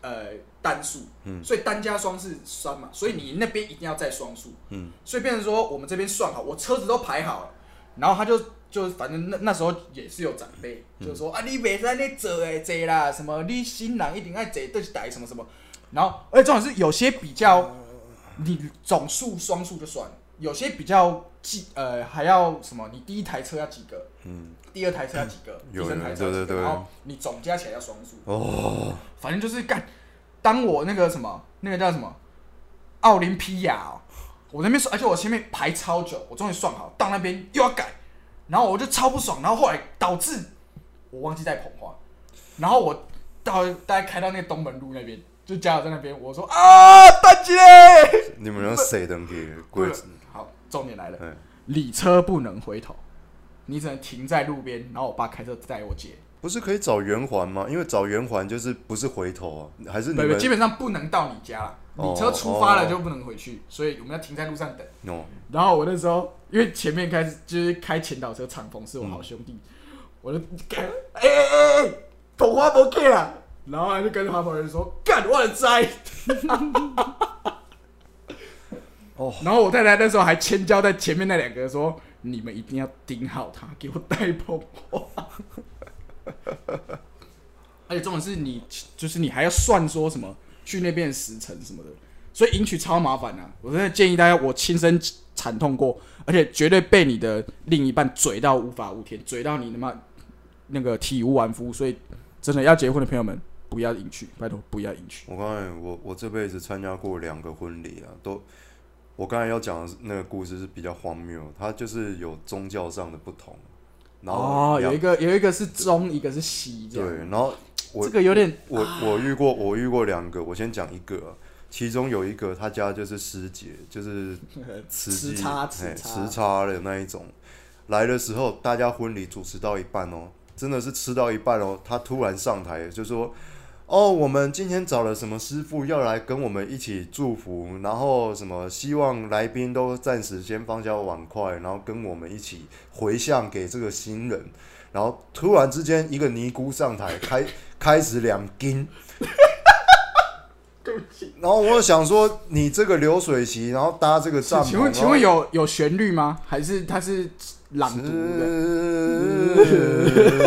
A: 呃单数，
C: 嗯
A: 所以单加双是三嘛，所以你那边一定要再双数，
C: 嗯，
A: 所以变成说我们这边算好，我车子都排好了，然后他就就是反正那那时候也是有长辈，就说啊，你袂使你坐诶坐啦，什么你新郎一定爱坐对台什么什么。然后，而且重点是有些比较，你总数双数就算了，有些比较记呃还要什么，你第一台车要几个，
C: 嗯，
A: 第二台车要几个，
C: 有
A: 第三台车要
C: 对
A: 几个，
C: 对对
A: 然后你总加起来要双数。
C: 哦，
A: 反正就是干。当我那个什么，那个叫什么奥林匹亚、哦，我那边说，而且我前面排超久，我终于算好，到那边又要改，然后我就超不爽，然后后来导致我忘记带捧花，然后我到大概开到那个东门路那边，就加油在那边，我说啊，大姐，
C: 你们要谁能给柜子？
A: 好，重点来了，
C: 哎，
A: 里车不能回头，你只能停在路边，然后我爸开车载我姐，
C: 不是可以找圆环吗？因为找圆环就是不是回头啊，还是你
A: 对
C: 们
A: 基本上不能到你家了，
C: 哦
A: 你车出发了
C: 哦
A: 就不能回去，所以我们要停在路上等。
C: 哦，
A: 然后我那时候因为前面开始就是开前导车，敞篷是我好兄弟，我就干，哎哎哎哎，捧花不给啦，然后他就跟他旁人说干我的灾，
C: 哦，
A: 然后我太太那时候还千交代前面那两个说，你们一定要盯好他，给我 带捧花。而且重点是你，就是你还要算说什么去那边的时辰什么的，所以迎娶超麻烦啊！我真的建议大家，我亲身惨痛过，而且绝对被你的另一半嘴到无法无天，嘴到你他妈那个体无完肤。所以真的要结婚的朋友们，不要迎娶，拜托不要迎娶。
C: 我刚才我我这辈子参加过两个婚礼啊，都我刚才要讲的那个故事是比较荒谬，它就是有宗教上的不同，然后
A: 哦，
C: 两、
A: 有一个有一个是中，一个是西，这
C: 对
A: 样，
C: 然后我
A: 这个有点
C: 我我遇过我遇过两个，我先讲一个啊，其中有一个他家就是师姐，就是慈
A: 时
C: 禧
A: 差
C: 嘿
A: 时差
C: 时差的那一种。来的时候，大家婚礼主持到一半哦，真的是吃到一半哦，他突然上台就说：“哦，我们今天找了什么师傅要来跟我们一起祝福，然后什么希望来宾都暂时先放下碗筷，然后跟我们一起回向给这个新人。”然后突然之间，一个尼姑上台开开始两斤，
A: 对不起。
C: 然后我想说，你这个流水席，然后搭这个帐篷，
A: 请问
C: 然后
A: 请问有有旋律吗？还是它是朗读的？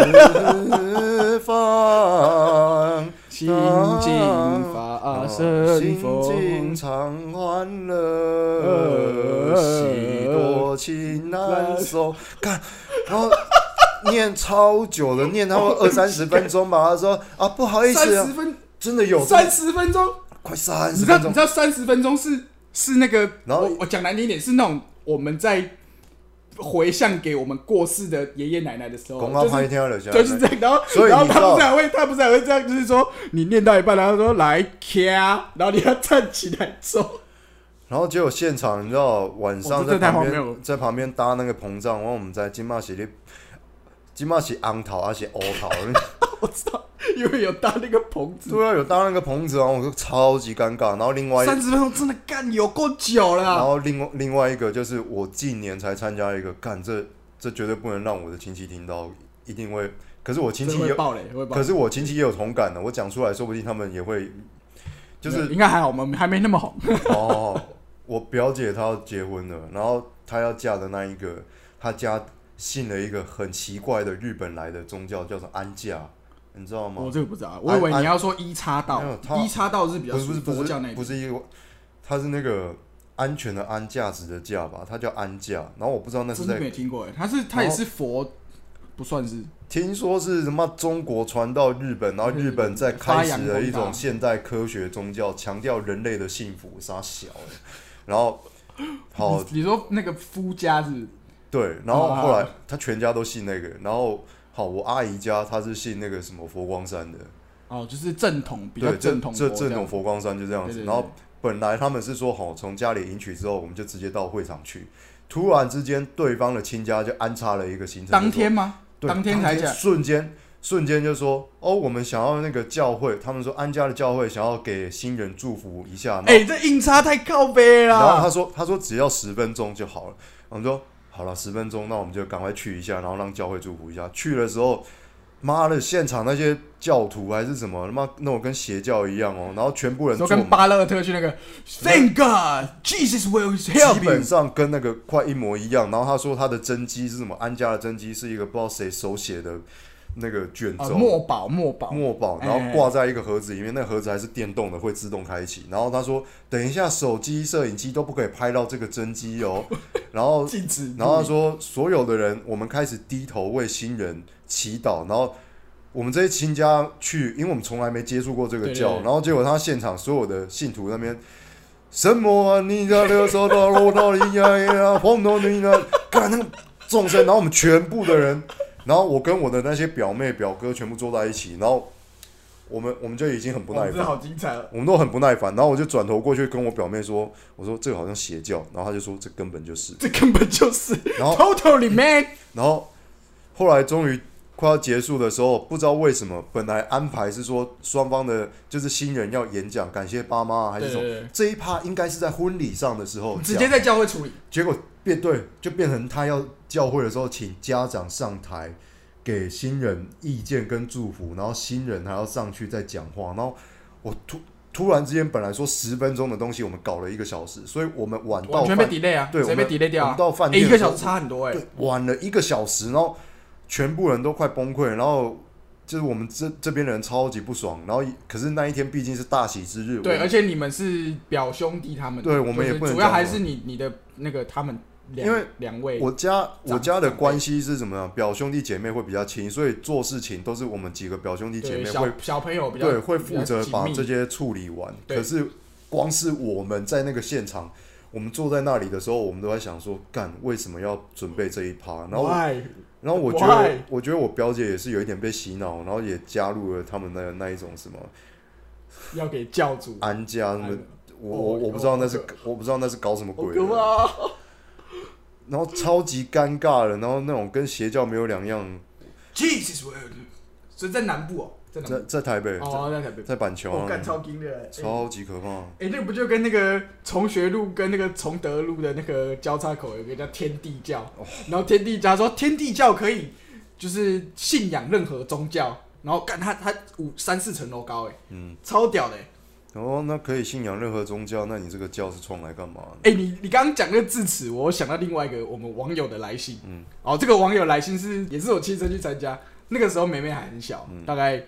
C: 释放
A: 心经法身
C: 啊心
A: 风
C: 境，常欢乐，喜多情难受。看，然后念超久的，念他们二三十分钟吧。他说啊，不好意
A: 哎三
C: 思
A: 十
C: 啊，
A: 分
C: 真的有
A: 三十分钟，
C: 快三
A: 你
C: 十
A: 知道
C: 分
A: 你
C: 钟
A: 知，道三十分钟是是那个，
C: 然后
A: 我我讲难听一点是那种我们在回向给我们过世的爷爷奶奶的时候
C: 公，告
A: 就
C: 拍
A: 是
C: 天了，下
A: 就是这样，然后
C: 所以
A: 然后
C: 你
A: 他
C: 知道
A: 不是还会他不是还会这样，就是说你念到一半，然后说来掐，然后你要站起来走，
C: 然后结果现场，你知道晚
A: 哦
C: 上
A: 这
C: 在
A: 太
C: 旁
A: 荒谬了
C: 边在旁边搭那个膨胀，然后我们在金马喜的金马喜昂桃，而且欧桃，
A: 我知道，因为有搭那个棚子，
C: 对啊，有搭那个棚子，然后我就超级尴尬。然后另外一，
A: 三十分钟真的干有够久了
C: 然
A: 啊，
C: 后另外另外一个就是我近年才参加一个，干这这绝对不能让我的亲戚听到，一定会。可是我亲
A: 真
C: 戚
A: 的
C: 也
A: 会，爆雷，会爆
C: 可
A: 雷。
C: 是我亲戚也有同感的，我讲出来，说不定他们也会， 就是
A: 应该还好，我们还没那么红。
C: 哦，我表姐她要结婚了，然后她要嫁的那一个，她家信了一个很奇怪的日本来的宗教，叫做安嫁，你知道吗
A: 我？这个不知道，我以为
C: 安
A: 你要说一叉道
C: 哎没有，他
A: 一叉道是比较
C: 不是不是不
A: 佛教那
C: 是
A: 一
C: 不
A: 种
C: 是一个，她是那个安全的安，价值的价吧，她叫安嫁。然后我不知道那是
A: 真的
C: 在
A: 没听过哎，他是他也是佛，不算是
C: 听说是什么中国传到日本，然后日本再开始了
A: 发扬光
C: 一
A: 大
C: 种现代科学宗教，强调人类的幸福，傻小的。然后好，
A: 你你说那个夫家是
C: 对，然后后来
A: 啊
C: 他全家都信那个，然后好，我阿姨家她是信那个什么佛光山的，
A: 哦，就是正统比较
C: 对，这
A: 正统佛
C: 这
A: 教
C: 正统佛光山就这样
A: 对
C: 子。
A: 对对
C: 然后本来他们是说好，从家里迎娶之后，我们就直接到会场去。突然之间，对方的亲家就安插了一个行程，
A: 当
C: 就说
A: 天吗？
C: 对
A: 当天才讲
C: 瞬间瞬间就说哦，我们想要那个教会，他们说安家的教会想要给新人祝福一下，然后
A: 哎，这硬插太靠背
C: 然后他
A: 了。
C: 说，他说只要十分钟就好了。我们说好了，十分钟，那我们就赶快去一下，然后让教会祝福一下。去的时候，妈的，现场那些教徒还是什么，他妈弄得跟邪教一样哦，然后全部人
A: 说
C: 做
A: 跟巴勒特去那个 Thank God Jesus will
C: 基
A: help
C: 本
A: you，
C: 上跟那个快一模一样。然后他说他的真机是什么？安家的真机是一个不知道谁手写的那个卷
A: 啊，
C: 轴，
A: 墨宝墨宝，
C: 墨宝，
A: 哎
C: 然后挂在一个盒子里面，那个盒子还是电动的，会自动开启。然后他说，等一下手机、摄影机都不可以拍到这个真机哦。然后，
A: 禁止。
C: 然后他说，所有的人，我们开始低头为新人祈祷。然后我们这些亲家去，因为我们从来没接触过这个
A: 对对
C: 教，
A: 对
C: 然后结果他现场所有的信徒那边。什么啊！你的右手到落到你呀呀，红到你呀！看那个众生，然后我们全部的人，然后我跟我的那些表妹表哥全部坐在一起，然后我们我们就已经很不
A: 哇
C: 耐
A: 真的
C: 烦，
A: 好精彩哦！
C: 我们都很不耐烦，然后我就转头过去跟我表妹说，我说这个好像邪教，然后她就说这根本就是，
A: 这根本就是
C: 然后
A: totally man，
C: 然后后来终于快要结束的时候，不知道为什么，本来安排是说双方的就是新人要演讲，感谢爸妈啊还是什么
A: 对对对，
C: 这一趴应该是在婚礼上的时候
A: 直
C: 讲
A: 接在教会处理。
C: 结果变对，就变成他要教会的时候，请家长上台给新人意见跟祝福，然后新人还要上去再讲话，然后我突突然之间，本来说十分钟的东西，我们搞了一个小时，所以我们晚到
A: 完全被
C: 饭
A: delay 啊，
C: 对
A: 直接被
C: 我们
A: delay 掉
C: 我
A: 啊
C: 们！到饭
A: 哎，
C: 店
A: 一
C: 的
A: 个
C: 时候、
A: 小时差很多哎
C: 对，晚了一个小时，然后全部人都快崩溃，然后。就是我们这这边人超级不爽，然后可是那一天毕竟是大喜之日，我
A: 对，
C: 们
A: 而且你们是表兄弟他们，
C: 对我们也
A: 就是
C: 不能
A: 主要
C: 讲
A: 还
C: 什
A: 是你你的那个他们两，
C: 因为
A: 两位
C: 我家我家的
A: 长辈
C: 关系是怎么样？表兄弟姐妹会比较亲，所以做事情都是我们几个表兄弟姐
A: 对
C: 妹
A: 小
C: 会
A: 小朋友比较
C: 对会负责把
A: 比较
C: 这
A: 紧密
C: 些处理完。
A: 对
C: 可是光是我们在那个现场，我们坐在那里的时候，我们都在想说，干为什么要准备这一趴？然后我
A: Why？
C: 然后我觉得
A: Why？
C: 我觉得我表姐也是有一点被洗脑，然后也加入了他们那那一种什么
A: 要给教主，
C: 安家什么
A: 安。
C: 我
A: 哦
C: 我我不知道那是
A: 哦
C: 我不知道那是搞什么
A: 好
C: 鬼
A: 可
C: 的，
A: 怕啊！
C: 然后超级尴尬的，然后那种跟邪教没有两样，
A: Jesus word，所以在南部哦，在
C: 在
A: 南
C: 在台北，
A: 部哦，在台北
C: 在，在板桥、
A: 我干超
C: 啊，
A: 惊的，哎
C: 超级可怕。
A: 哎，那个不就跟那个崇学路跟那个崇德路的那个交叉口有个叫天地教，然后天地教说天地教可以就是信仰任何宗教，然后干他他五三四层楼高哎，
C: 嗯，
A: 超屌的哎。
C: 然后那可以信仰任何宗教，那你这个教是创来干嘛的？
A: 哎、你你刚刚讲那个智齿，我想到另外一个我们网友的来信。
C: 嗯
A: 嗯，哦，这个网友来信是也是我亲身去参加，那个时候梅梅还很小，大概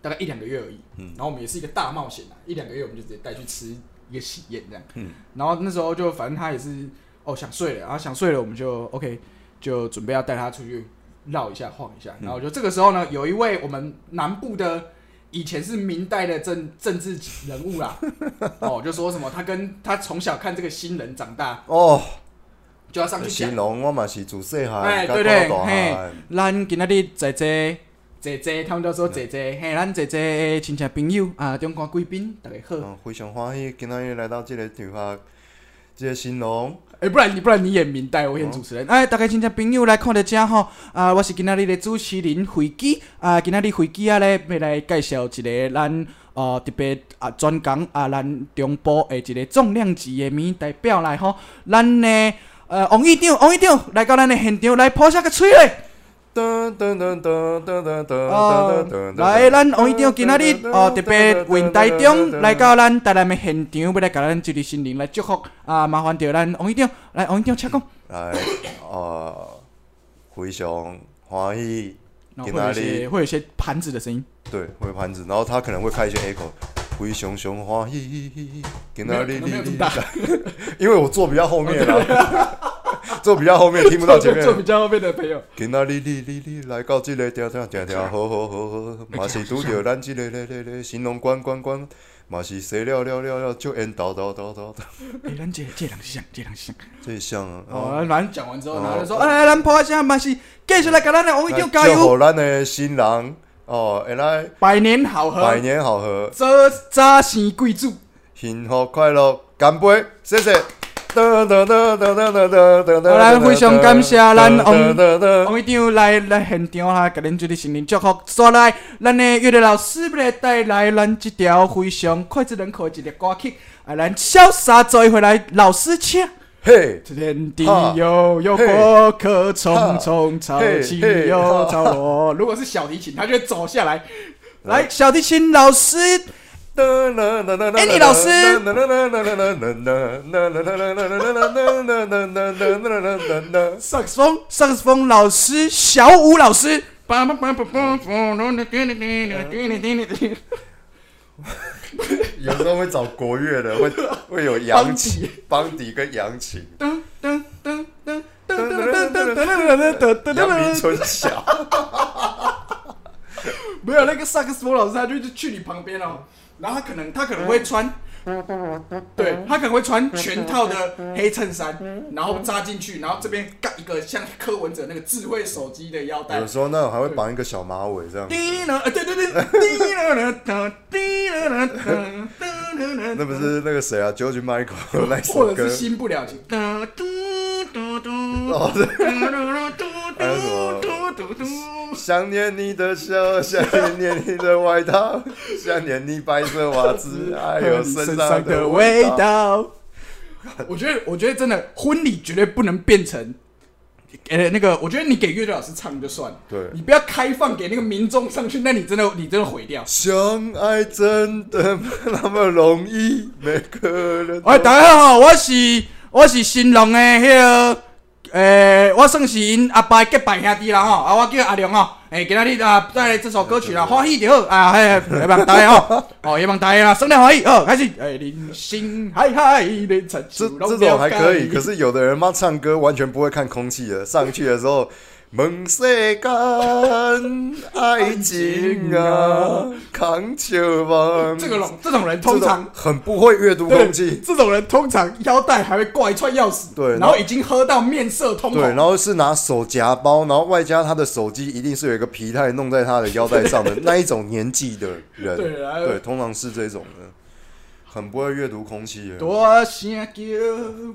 A: 大概一两个月而已。
C: 嗯
A: 嗯，然后我们也是一个大冒险啊，一两个月我们就直接带去吃一个喜宴这样。
C: 嗯
A: 嗯，然后那时候就反正他也是哦想睡了，然后想睡了我们就 OK 就准备要带他出去绕一下晃一下，然后就这个时候呢，有一位我们南部的。以前是明代的政政治人物啦，哦，就说什么他跟他从小看这个新人长大，
C: 哦，
A: 就要上去讲
C: 形，容我嘛是主细
A: 哎，
C: 孩，
A: 对不
C: 跟
A: 对？
C: 大哎
A: 嘿
C: 孩，，
A: 咱今仔日姐姐姐姐，他们都说姐姐，嘿，咱姐姐的亲戚朋友啊，中国贵宾，大家好。
C: 嗯，非常欢喜，今天又来到这个地方，这个形容，
A: 哎，不然你不然你演明代，我演主持人。哎，大家亲戚朋友来看到这吼，啊，我是今仔日的主持人惠基，啊，今仔日惠基啊咧，要来介绍一个咱呃特别啊专讲啊咱中部的一个重量级的民意代表来吼，咱呢呃王议长，王议长来到咱的现场来拍下个吹嘞。
C: 噔噔噔噔噔噔噔噔
A: 哦
C: 噔，
A: 来，咱王一长今仔日哦，特别云台中来到咱台南的现场，要来甲咱一日新人来祝福啊！麻烦着咱王一长，来王一长请讲。
C: 来，啊，非常欢喜，
A: 然后会有一
C: 今仔
A: 些
C: 日
A: 会有一些盘子的声音，
C: 对，会有盘子，然后他可能会开一些 echo，非常熊欢喜，给
A: 没
C: 那
A: 有
C: 里
A: 可能没有这
C: 里
A: 么
C: 里
A: 大，
C: 因为我坐比较后面啦，坐比较后面听不到前 面
A: 坐。比较后面的朋友，
C: 今仔日哩哩哩来到这个条条条条，好好好好，嘛是拄着咱这个咧咧咧，新郎关关关，嘛是洗了了了了，就烟叨叨叨叨，
A: 哎，咱这这人是谁？这人是谁？
C: 这像啊。哦
A: 哦，反正讲完之后，然后就说，
C: 哦
A: 哎，咱破一下嘛是继续来甲咱的王一长加
C: 那祝
A: 油，
C: 福咱的新郎哦，会来
A: 百年好
C: 百
A: 合，
C: 年好合，
A: 早早生贵子。
C: 幸福快乐，干杯！谢谢。噔噔噔噔噔噔噔噔
A: 好咱非常感谢咱王王一长来来现场哈，甲恁做啲新年祝福。再来，咱的乐队老师要来带来咱这条非常脍炙人口的一个歌曲，啊，咱潇洒做一回来，老师请。
C: 嘿，
A: 天地悠悠，过客匆匆，潮起又潮落。如果是小提琴，他就会走下来。来，小提琴老师，
C: 哎
A: 你老师萨克斯风，萨克斯风老师，小五老师。
C: 有时候会找国乐的，会会有扬琴、邦迪跟扬琴、杨明春晓，
A: 没有那个萨克斯风老师，他就就去你旁边哦，然后他可能他可能会穿，对他可能会穿全套的黑衬衫，然后扎进去，然后这边盖一个像柯文哲那个智慧手机的腰带
C: 有，时候那种还会绑一个小马尾这样，
A: 滴呢，呃对对对，滴呢呢，滴呢呢，噔噔
C: 那
A: 噔
C: 不是那个谁啊，George Michael 那首
A: 或
C: 歌
A: 者是，新不了情，噔嘟嘟嘟，
C: 哦对还有什
A: 嘟嘟
C: 么
A: 嘟嘟嘟。
C: 想念你的笑，想念你的外套，想念你白色袜 子，还有身上的味道。
A: 道。 我觉得，我觉得真的婚礼绝对不能变成，呃，那个，我觉得你给乐队老师唱就算了，
C: 对
A: 你不要开放给那个民众上去，那你真的，你真的毁掉。
C: 相爱真的那么容易？每个人都
A: 哎，大家好，我是我是新郎的迄、个，诶、我算是因阿爸的结拜兄弟啦吼，啊，我叫阿良吼，诶、今仔日啊带来这首歌曲啦，欢喜就好啊，嘿，嘿希望大家吼，哦，希望大家啦，生得欢喜，好，开始，哎诶、人生海海的产
C: 这这种还可以，可是有的人妈唱歌完全不会看空气的，上去的时候，问世间爱情啊，扛球吧。
A: 这个龙这种人通常
C: 嗯这种。很不会阅读
A: 对
C: 空气，
A: 这种人通常腰带还会挂一串钥匙，
C: 对
A: 然后已经喝到面色通红，
C: 对，然后是拿手夹包，然后外加他的手机一定是有一个皮带弄在他的腰带上的那一种年纪的 人，
A: 对然后
C: 对，通常是这种的，很不会阅读空气的。
A: 多声叫，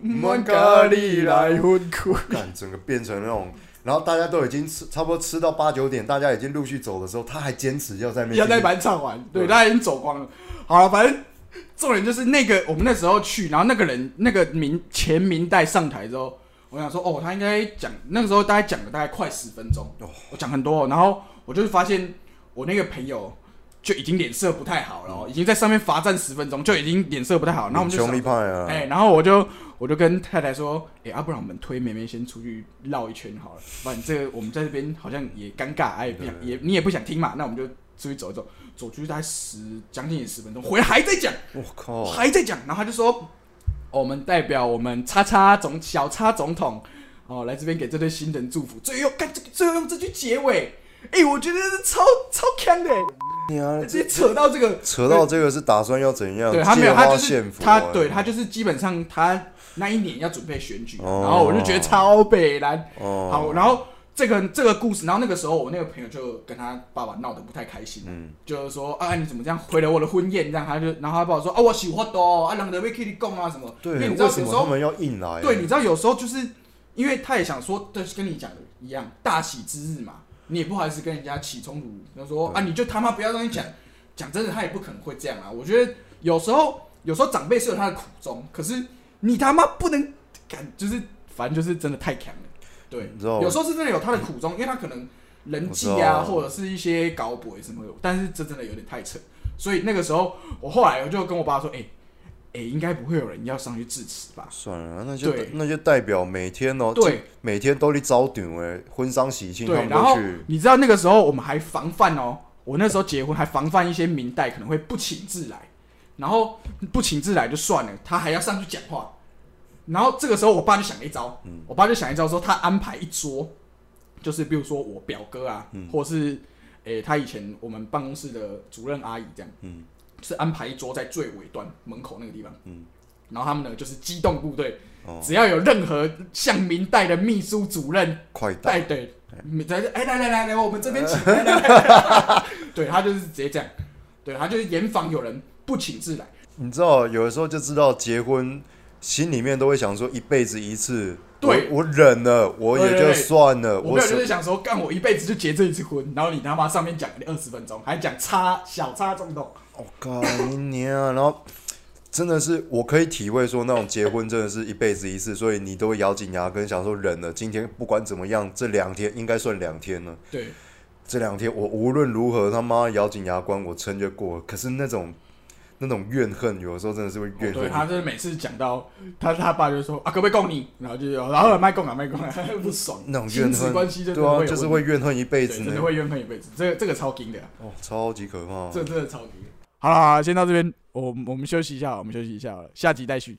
A: 莫甲你来分开。
C: 干，整个变成那种，然后大家都已经吃差不多吃到八九点，大家已经陆续走的时候，他还坚持要在那边
A: 要在
C: 继续
A: 板唱完，对，
C: 对
A: 大家已经走光了。好了，反正重点就是那个我们那时候去，然后那个人那个明前明代上台之后，我想说哦，他应该讲那个时候大概讲了大概快十分钟，
C: 哦
A: 我讲很多哦、然后我就是发现我那个朋友就已经脸色不太好了哦、已经在上面罚站十分钟，就已经脸色不太好，然后我们就
C: 穷
A: 想
C: 一派啊，
A: 哎、然后我就我就跟太太说，哎、要、不然我们推梅梅先出去绕一圈好了，不然这个我们在这边好像也尴尬，哎、也不想
C: 对
A: 也你也不想听嘛，那我们就出去走一走，走出去大概十将近十分钟，回来还在讲，
C: 我靠，
A: 还在讲，然后他就说，哦我们代表我们叉叉总小叉总统哦来这边给这对新人祝福，最后干这个最后用这句结尾，哎、我觉得是超超强的、
C: 你啊，
A: 直接扯 到这个
C: 扯到这个是打算要怎样？
A: 对他没有，
C: 借
A: 他
C: 花
A: 就是
C: 献佛
A: 他
C: 啊，
A: 对他就是基本上他那一年要准备选举，
C: 哦
A: 然后我就觉得超北蓝。
C: 哦，
A: 好，然后这个这个故事，然后那个时候我那个朋友就跟他爸爸闹得不太开心，
C: 嗯
A: 就是说啊你怎么这样毁了我的婚宴，这样他就然后他爸爸说啊我喜欢的哦，啊人家被 Kitty 供啊什么，因为
C: 对，
A: 你知道
C: 为
A: 有
C: 什
A: 时
C: 么他
A: 候
C: 们要硬来？啊
A: 对，你知道有时候就是因为他也想说，对，跟你讲的一样，大喜之日嘛，你也不好意思跟人家起冲突，他说啊，
C: 对
A: 你就他妈不要让你讲，讲真的，他也不可能会这样啊。我觉得有时候，有时候长辈是有他的苦衷，可是你他妈不能敢，就是反正就是真的太强了。对
C: 你，知道
A: 有时候是真的有他的苦衷，因为他可能人际
C: 我知
A: 啊，
C: 道
A: 或者是一些搞鬼什么的，但是这真的有点太扯。所以那个时候，我后来我就跟我爸说，哎、哎、应该不会有人要上去致辞吧？
C: 算了，那就
A: 对
C: 那就代表每天哦，
A: 对，
C: 每天都去招顶哎，婚丧喜庆他
A: 对，
C: 们
A: 然后
C: 都去，
A: 你知道那个时候我们还防范哦，我那时候结婚还防范一些明代可能会不请自来，然后不请自来就算了，他还要上去讲话。然后这个时候我爸就想了一招，
C: 嗯
A: 我爸就想一招说他安排一桌，就是比如说我表哥啊，
C: 嗯
A: 或者是诶、他以前我们办公室的主任阿姨这样，
C: 嗯
A: 就是安排一桌在最尾端门口那个地方，
C: 嗯
A: 然后他们呢就是机动部队，
C: 哦，
A: 只要有任何像明代的秘书主任
C: 快打
A: 带对，你在这哎来来来来，我们这边 请，来来来对他就是直接这样，对他就是严防有人不请自来，
C: 你知道，有的时候就知道结婚，心里面都会想说一辈子一次，
A: 对
C: 我我忍了，我也
A: 对对
C: 就
A: 对
C: 算了，
A: 我没有
C: 什
A: 就是想说，干我一辈子就结这一次婚，然后你他妈上
C: 哦
A: 面讲二十分钟，还讲插小插中统，
C: 我靠你娘啊！然后真的是我可以体会说那种结婚真的是一辈子一次，所以你都会咬紧牙根想说忍了，今天不管怎么样，这两天应该算两天了。
A: 对，
C: 这两天我无论如何他妈咬紧牙关，我撑就过了。可是那种那种怨恨，有的时候真的是会怨
A: 哦对，
C: 恨。
A: 他就是每次讲到他他爸就说啊，可不可以供你？然后就然后卖供啊卖供啊， 不爽，
C: 那种
A: 亲
C: 怨
A: 子
C: 恨，
A: 关系真的
C: 对啊，
A: 有
C: 就是
A: 问
C: 会
A: 题
C: 怨恨一辈
A: 对
C: 子
A: 真
C: 呢
A: 的。会怨恨一辈子，这个这个超金的啊，
C: 哦，超级可怕。哦
A: 这个真的超金的。好了，好啦先到这边，我我们休息一下，我们休息一下好了，下集待续。